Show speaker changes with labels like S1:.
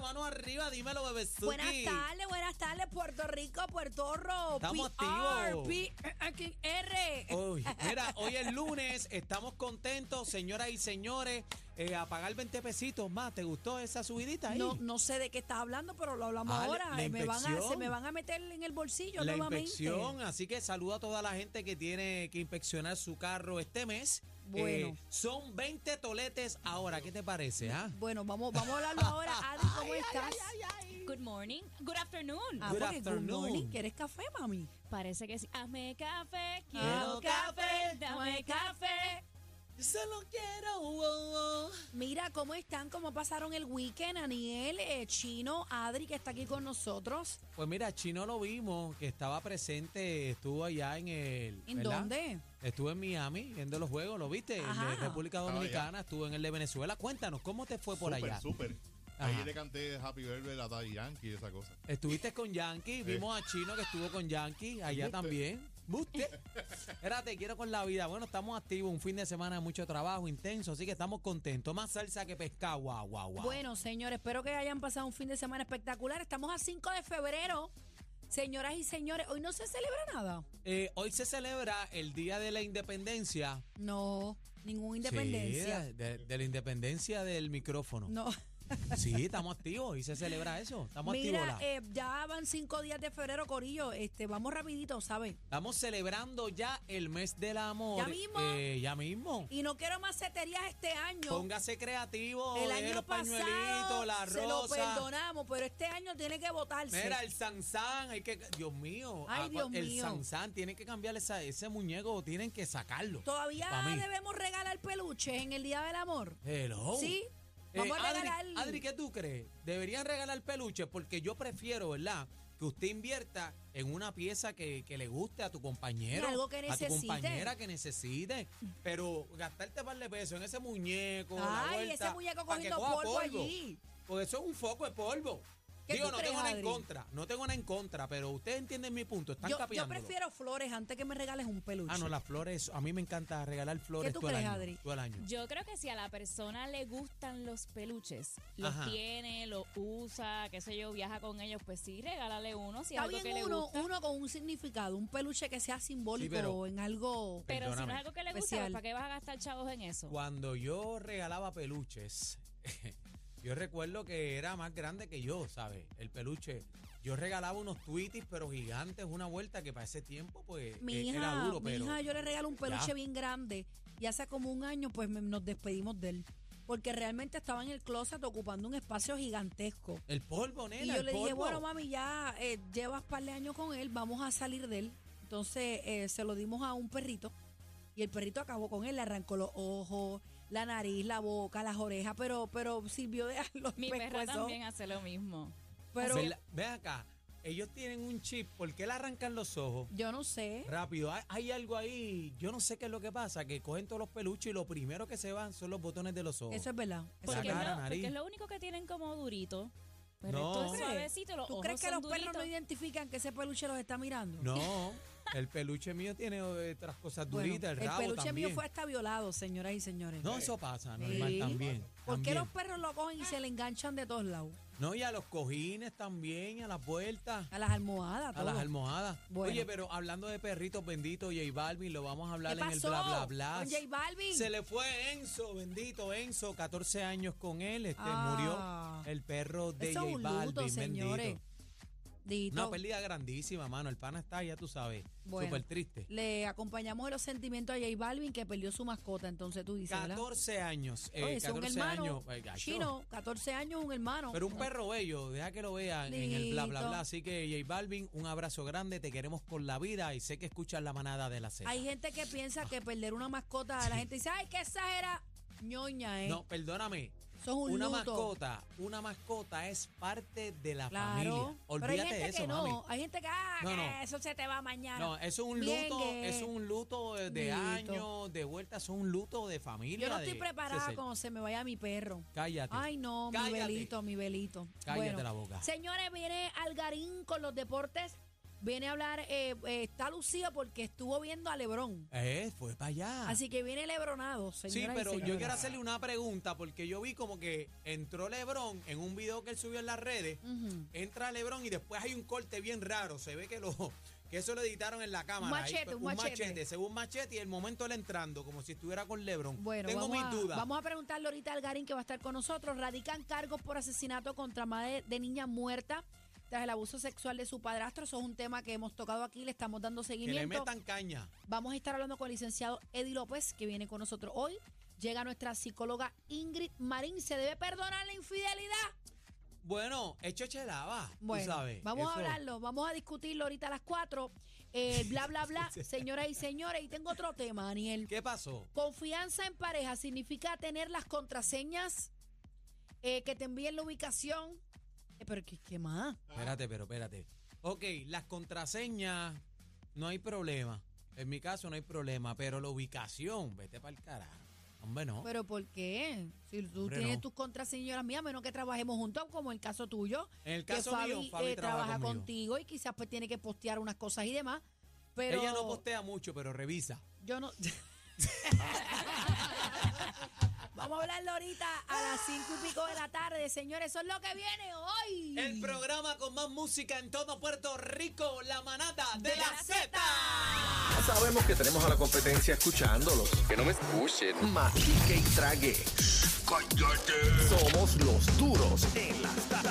S1: Dímelo, dímelo, bebé Suki.
S2: Buenas tardes, buenas tardes, Puerto Rico, Puerto Rico.
S1: Estamos activos. Oh,
S2: R.
S1: Uy, mira, hoy es lunes, estamos contentos, señoras y señores. Eh, a pagar 20 pesitos más, ¿te gustó esa subidita ahí?
S2: No, no sé de qué estás hablando, pero lo hablamos
S1: Ah, la-
S2: ahora.
S1: la
S2: Eh, me van a,
S1: inspección.
S2: se me van a meter en el bolsillo
S1: la
S2: nuevamente.
S1: inspección, así que saluda a toda la gente que tiene que inspeccionar su carro este mes.
S2: Bueno.
S1: son 20 toletes ahora, ¿qué te parece? ah?
S2: Bueno, vamos, vamos a hablarlo ahora. Adri, ¿cómo estás?
S3: Good morning, good afternoon.
S2: Ah,
S1: Good
S2: porque good
S1: afternoon.
S2: morning. ¿Quieres café, mami?
S3: Parece que sí. Hazme café,
S1: Quiero
S3: quiero
S1: café,
S3: café, dame café.
S1: Solo quiero. oh, oh.
S2: Mira, ¿cómo están? ¿Cómo pasaron el weekend? Aniel, eh, Chino, Adri, que está aquí con nosotros.
S1: Pues mira, Chino lo vimos, que estaba presente, estuvo allá en el.
S2: ¿En
S1: ¿verdad?
S2: dónde?
S1: Estuvo en Miami viendo los juegos, ¿lo viste? En
S2: Ajá.
S1: de República
S4: Estaba
S1: Dominicana, estuvo en el de Venezuela. Cuéntanos, ¿cómo te fue por
S4: Súper,
S1: allá?
S4: Súper,
S1: Ajá.
S4: Ahí le canté Happy Birthday a Daddy Yankee y esa cosa.
S1: Estuviste con Yankee, vimos a Chino que estuvo con Yankee, allá
S4: Buste.
S1: también. Buste. Era te quiero con la vida. Bueno, estamos activos, un fin de semana de mucho trabajo intenso, así que estamos contentos. Más salsa que pesca, guau, guau, guau.
S2: Bueno, señores, espero que hayan pasado un fin de semana espectacular. Estamos a 5 de febrero. Señoras y señores, hoy no se celebra nada.
S1: Eh, hoy se celebra el Día de la Independencia.
S2: No, ninguna
S1: Sí, eh,
S2: independencia.
S1: de, de la independencia del micrófono.
S2: No.
S1: Sí, estamos activos y se celebra eso. Estamos activos.
S2: Mira,
S1: la-
S2: eh, ya van cinco días de febrero, Corillo. Este, vamos rapidito, ¿sabes?
S1: Estamos celebrando ya el mes del amor.
S2: Ya mismo.
S1: Eh, ya mismo.
S2: Y no quiero maceterías este año.
S1: Póngase creativo.
S2: el
S1: deje
S2: año
S1: los
S2: pasado
S1: pañuelitos, la rosa.
S2: se lo perdonamos, pero este año tiene que votarse.
S1: Mira, el Sansán, hay que. Dios mío.
S2: Ay,
S1: ah,
S2: Dios
S1: el
S2: mío.
S1: Sansán, tienen que cambiar esa- ese muñeco, tienen que sacarlo.
S2: Todavía
S1: Pa' mí.
S2: debemos regalar peluches en el Día del Amor.
S1: Hello.
S2: Sí,
S1: Eh,
S2: vamos a
S1: Adri,
S2: regalar.
S1: Adri, ¿qué tú crees? Deberían regalar peluches porque yo prefiero, ¿verdad? Que usted invierta en una pieza que, que le guste a tu compañero.
S2: Y algo que
S1: A tu
S2: necesite.
S1: compañera que necesite. Pero gastarte par de pesos en ese muñeco. la
S2: Ay,
S1: vuelta,
S2: ese muñeco
S1: pa' que
S2: cogiendo
S1: coja
S2: polvo allí.
S1: Pues eso es un foco de polvo.
S2: ¿Qué
S1: Digo,
S2: tú
S1: no
S2: crees,
S1: tengo nada en
S2: Adri?
S1: contra. No tengo nada en contra, pero ustedes entienden mi punto. Están
S2: Yo, yo
S1: capeándolo.
S2: prefiero flores antes que me regales un peluche.
S1: Ah, no, las flores. A mí me encanta regalar flores
S2: tú
S1: todo el
S2: crees,
S1: año,
S2: Adri?
S1: todo el año.
S3: Yo creo que si a la persona le gustan los peluches, los
S1: Ajá.
S3: tiene, los usa, qué sé yo, viaja con ellos, pues sí, regálale uno si es
S2: Está
S3: algo que
S2: bien
S3: le
S2: uno,
S3: gusta.
S2: uno con un significado, un peluche que sea simbólico
S1: pero- Eh,
S2: en algo.
S3: Pero si no
S1: Perdóname.
S3: es algo que le gusta,
S2: Especial.
S3: pues, ¿para qué vas a gastar chavos en eso?
S1: Cuando yo regalaba peluches, yo recuerdo que era más grande que yo, ¿sabes? El peluche. Yo regalaba unos Twitties, pero gigantes, una vuelta que para ese tiempo, pues,
S2: Mi
S1: eh,
S2: hija,
S1: era duro,
S2: mi
S1: pero.
S2: hija, yo le regalo un peluche
S1: Ya.
S2: bien grande y hace como un año pues me- nos despedimos de él porque realmente estaba en el closet ocupando un espacio gigantesco.
S1: El polvo, nena,
S2: Y yo
S1: el
S2: le dije,
S1: polvo.
S2: bueno, mami, ya eh, llevas par de años con él, vamos a salir de él. Entonces eh, se lo dimos a un perrito y el perrito acabó con él, le arrancó los ojos, la nariz, la boca, las orejas, pero pero sirvió de los
S3: Mi perra
S2: pescuezos.
S3: también hace lo mismo.
S2: Pero
S1: Vela- Ve acá, ellos tienen un chip, ¿por qué le arrancan los ojos?
S2: yo no sé.
S1: Rápido, hay, hay algo ahí, yo no sé qué es lo que pasa, que cogen todos los peluches y lo primero que se van son los botones de los ojos.
S2: Eso es verdad. eso
S1: La
S2: es
S3: Porque,
S2: verdad.
S1: cara,
S3: no,
S1: nariz.
S3: porque es lo único que tienen como durito. Pero
S1: No.
S3: esto
S1: ¿Tú
S3: es
S2: crees?
S3: suavecito, los
S2: ¿Tú
S3: ojos
S2: crees que
S3: son
S2: los perros no
S3: duritos.
S2: identifican que ese peluche los está mirando?
S1: No, el peluche mío tiene otras cosas
S2: Bueno,
S1: duritas, el rabo
S2: peluche
S1: también.
S2: mío fue hasta violado, señoras y señores.
S1: No, eso pasa,
S2: Sí.
S1: normal, también.
S2: ¿Por qué
S1: también.
S2: los perros lo cogen y se le enganchan de todos lados?
S1: No, y a los cojines también, a las vueltas,
S2: A las almohadas,
S1: a las
S2: Ah, todo.
S1: almohadas.
S2: Bueno.
S1: Oye, pero hablando de perritos benditos, J Balvin, lo vamos a hablar
S2: ¿Qué
S1: en el
S2: pasó
S1: bla bla bla.
S2: con J Balvin?
S1: Se le fue Enzo, bendito Enzo, 14 años con él, este
S2: Ah.
S1: murió el perro de
S2: Eso
S1: J
S2: es un
S1: Balvin,
S2: luto, señores.
S1: bendito.
S2: Dito,
S1: Una pérdida grandísima, mano. El pana está, ya tú sabes,
S2: Bueno.
S1: súper triste.
S2: le acompañamos en los sentimientos a J Balvin que perdió su mascota, entonces tú dices, ¿verdad?
S1: 14 años, eh,
S2: Oye, es
S1: 14
S2: un hermano
S1: años. eh, gacho.
S2: chino, 14 años, un hermano.
S1: Pero un perro bello, deja que lo vean en el bla bla
S2: Lindo.
S1: bla. Así que J Balvin, un abrazo grande, te queremos con la vida y sé que escuchas la manada de la Z.
S2: Hay gente que piensa que perder una mascota, la gente dice, ay, qué exagera, ñoña, ¿eh?
S1: No, perdóname.
S2: Eso es un
S1: Una
S2: luto.
S1: mascota, una mascota es parte de la
S2: Claro.
S1: familia.
S2: Pero hay
S1: Olvídate
S2: gente
S1: de eso,
S2: que no.
S1: mami.
S2: Hay gente que, ah,
S1: No, no.
S2: que eso se te va mañana.
S1: No, eso es un
S2: Bien,
S1: luto,
S2: que-
S1: es un luto de de
S2: Lito.
S1: años, de vuelta, eso es un luto de familia.
S2: Yo no
S1: de-
S2: estoy preparada
S1: se- se-
S2: cuando se me vaya mi perro.
S1: Cállate.
S2: Ay, no,
S1: Cállate.
S2: mi velito, mi velito.
S1: Cállate la boca.
S2: Señores, viene Algarín con los deportes. Viene a hablar, eh, eh, está lucido porque estuvo viendo a Lebrón.
S1: Eh, fue para allá.
S2: Así que viene lebronado,
S1: Sí,
S2: señora
S1: pero yo quiero hacerle una pregunta porque yo vi como que entró LeBron en un video que él subió en las redes. Entra LeBron y después hay un corte bien raro. Se ve que lo que eso lo editaron en la cámara. ahí,
S2: machete,
S1: pero
S2: un machete.
S1: según machete y el momento él entrando como si estuviera con LeBron.
S2: Bueno,
S1: Tengo
S2: vamos,
S1: mis
S2: a,
S1: dudas.
S2: vamos a preguntarle ahorita al Garín que va a estar con nosotros. Radican cargos por asesinato contra madre de niña muerta tras el abuso sexual de su padrastro. Eso es un tema que hemos tocado aquí, le estamos dando
S1: que le
S2: seguimiento.
S1: metan caña.
S2: Vamos a estar hablando con el licenciado Eddie López, que viene con nosotros hoy. Llega nuestra psicóloga Ingrid Marín. ¿Se debe perdonar la infidelidad?
S1: Bueno, hecho chelaba,
S2: Bueno,
S1: tú sabes.
S2: vamos
S1: eso.
S2: a hablarlo, vamos a discutirlo ahorita a las 4. Eh, bla, bla, bla, señoras y señores. Y tengo otro tema, Daniel.
S1: ¿Qué pasó?
S2: Confianza en pareja significa tener las contraseñas, eh, que te envíen la ubicación. Eh, pero ¿qué, qué más?
S1: Espérate, pero espérate. Ok, las contraseñas, no hay problema. En mi caso no hay problema, pero la ubicación, vete para el carajo. Hombre, no.
S2: ¿Pero por qué? Si tú
S1: Hombre,
S2: tienes
S1: no.
S2: tus contraseñas y las mías, a menos que trabajemos juntos, como el caso tuyo,
S1: en el
S2: que
S1: caso
S2: Fabi,
S1: mío, Fabi
S2: eh,
S1: trabaja,
S2: trabaja
S1: conmigo.
S2: contigo y quizás pues tiene que postear unas cosas y demás. Pero
S1: Ella no postea mucho, pero revisa.
S2: Yo no. Vamos a hablarlo ahorita a las cinco y pico de la tarde, señores. Eso es lo que viene hoy.
S1: El programa con más música en todo Puerto Rico, la manada de,
S2: De
S1: la,
S2: la
S1: Z.
S5: Ya sabemos que tenemos a la competencia escuchándolos. Que no me escuchen. Matique y trague. Somos los duros en las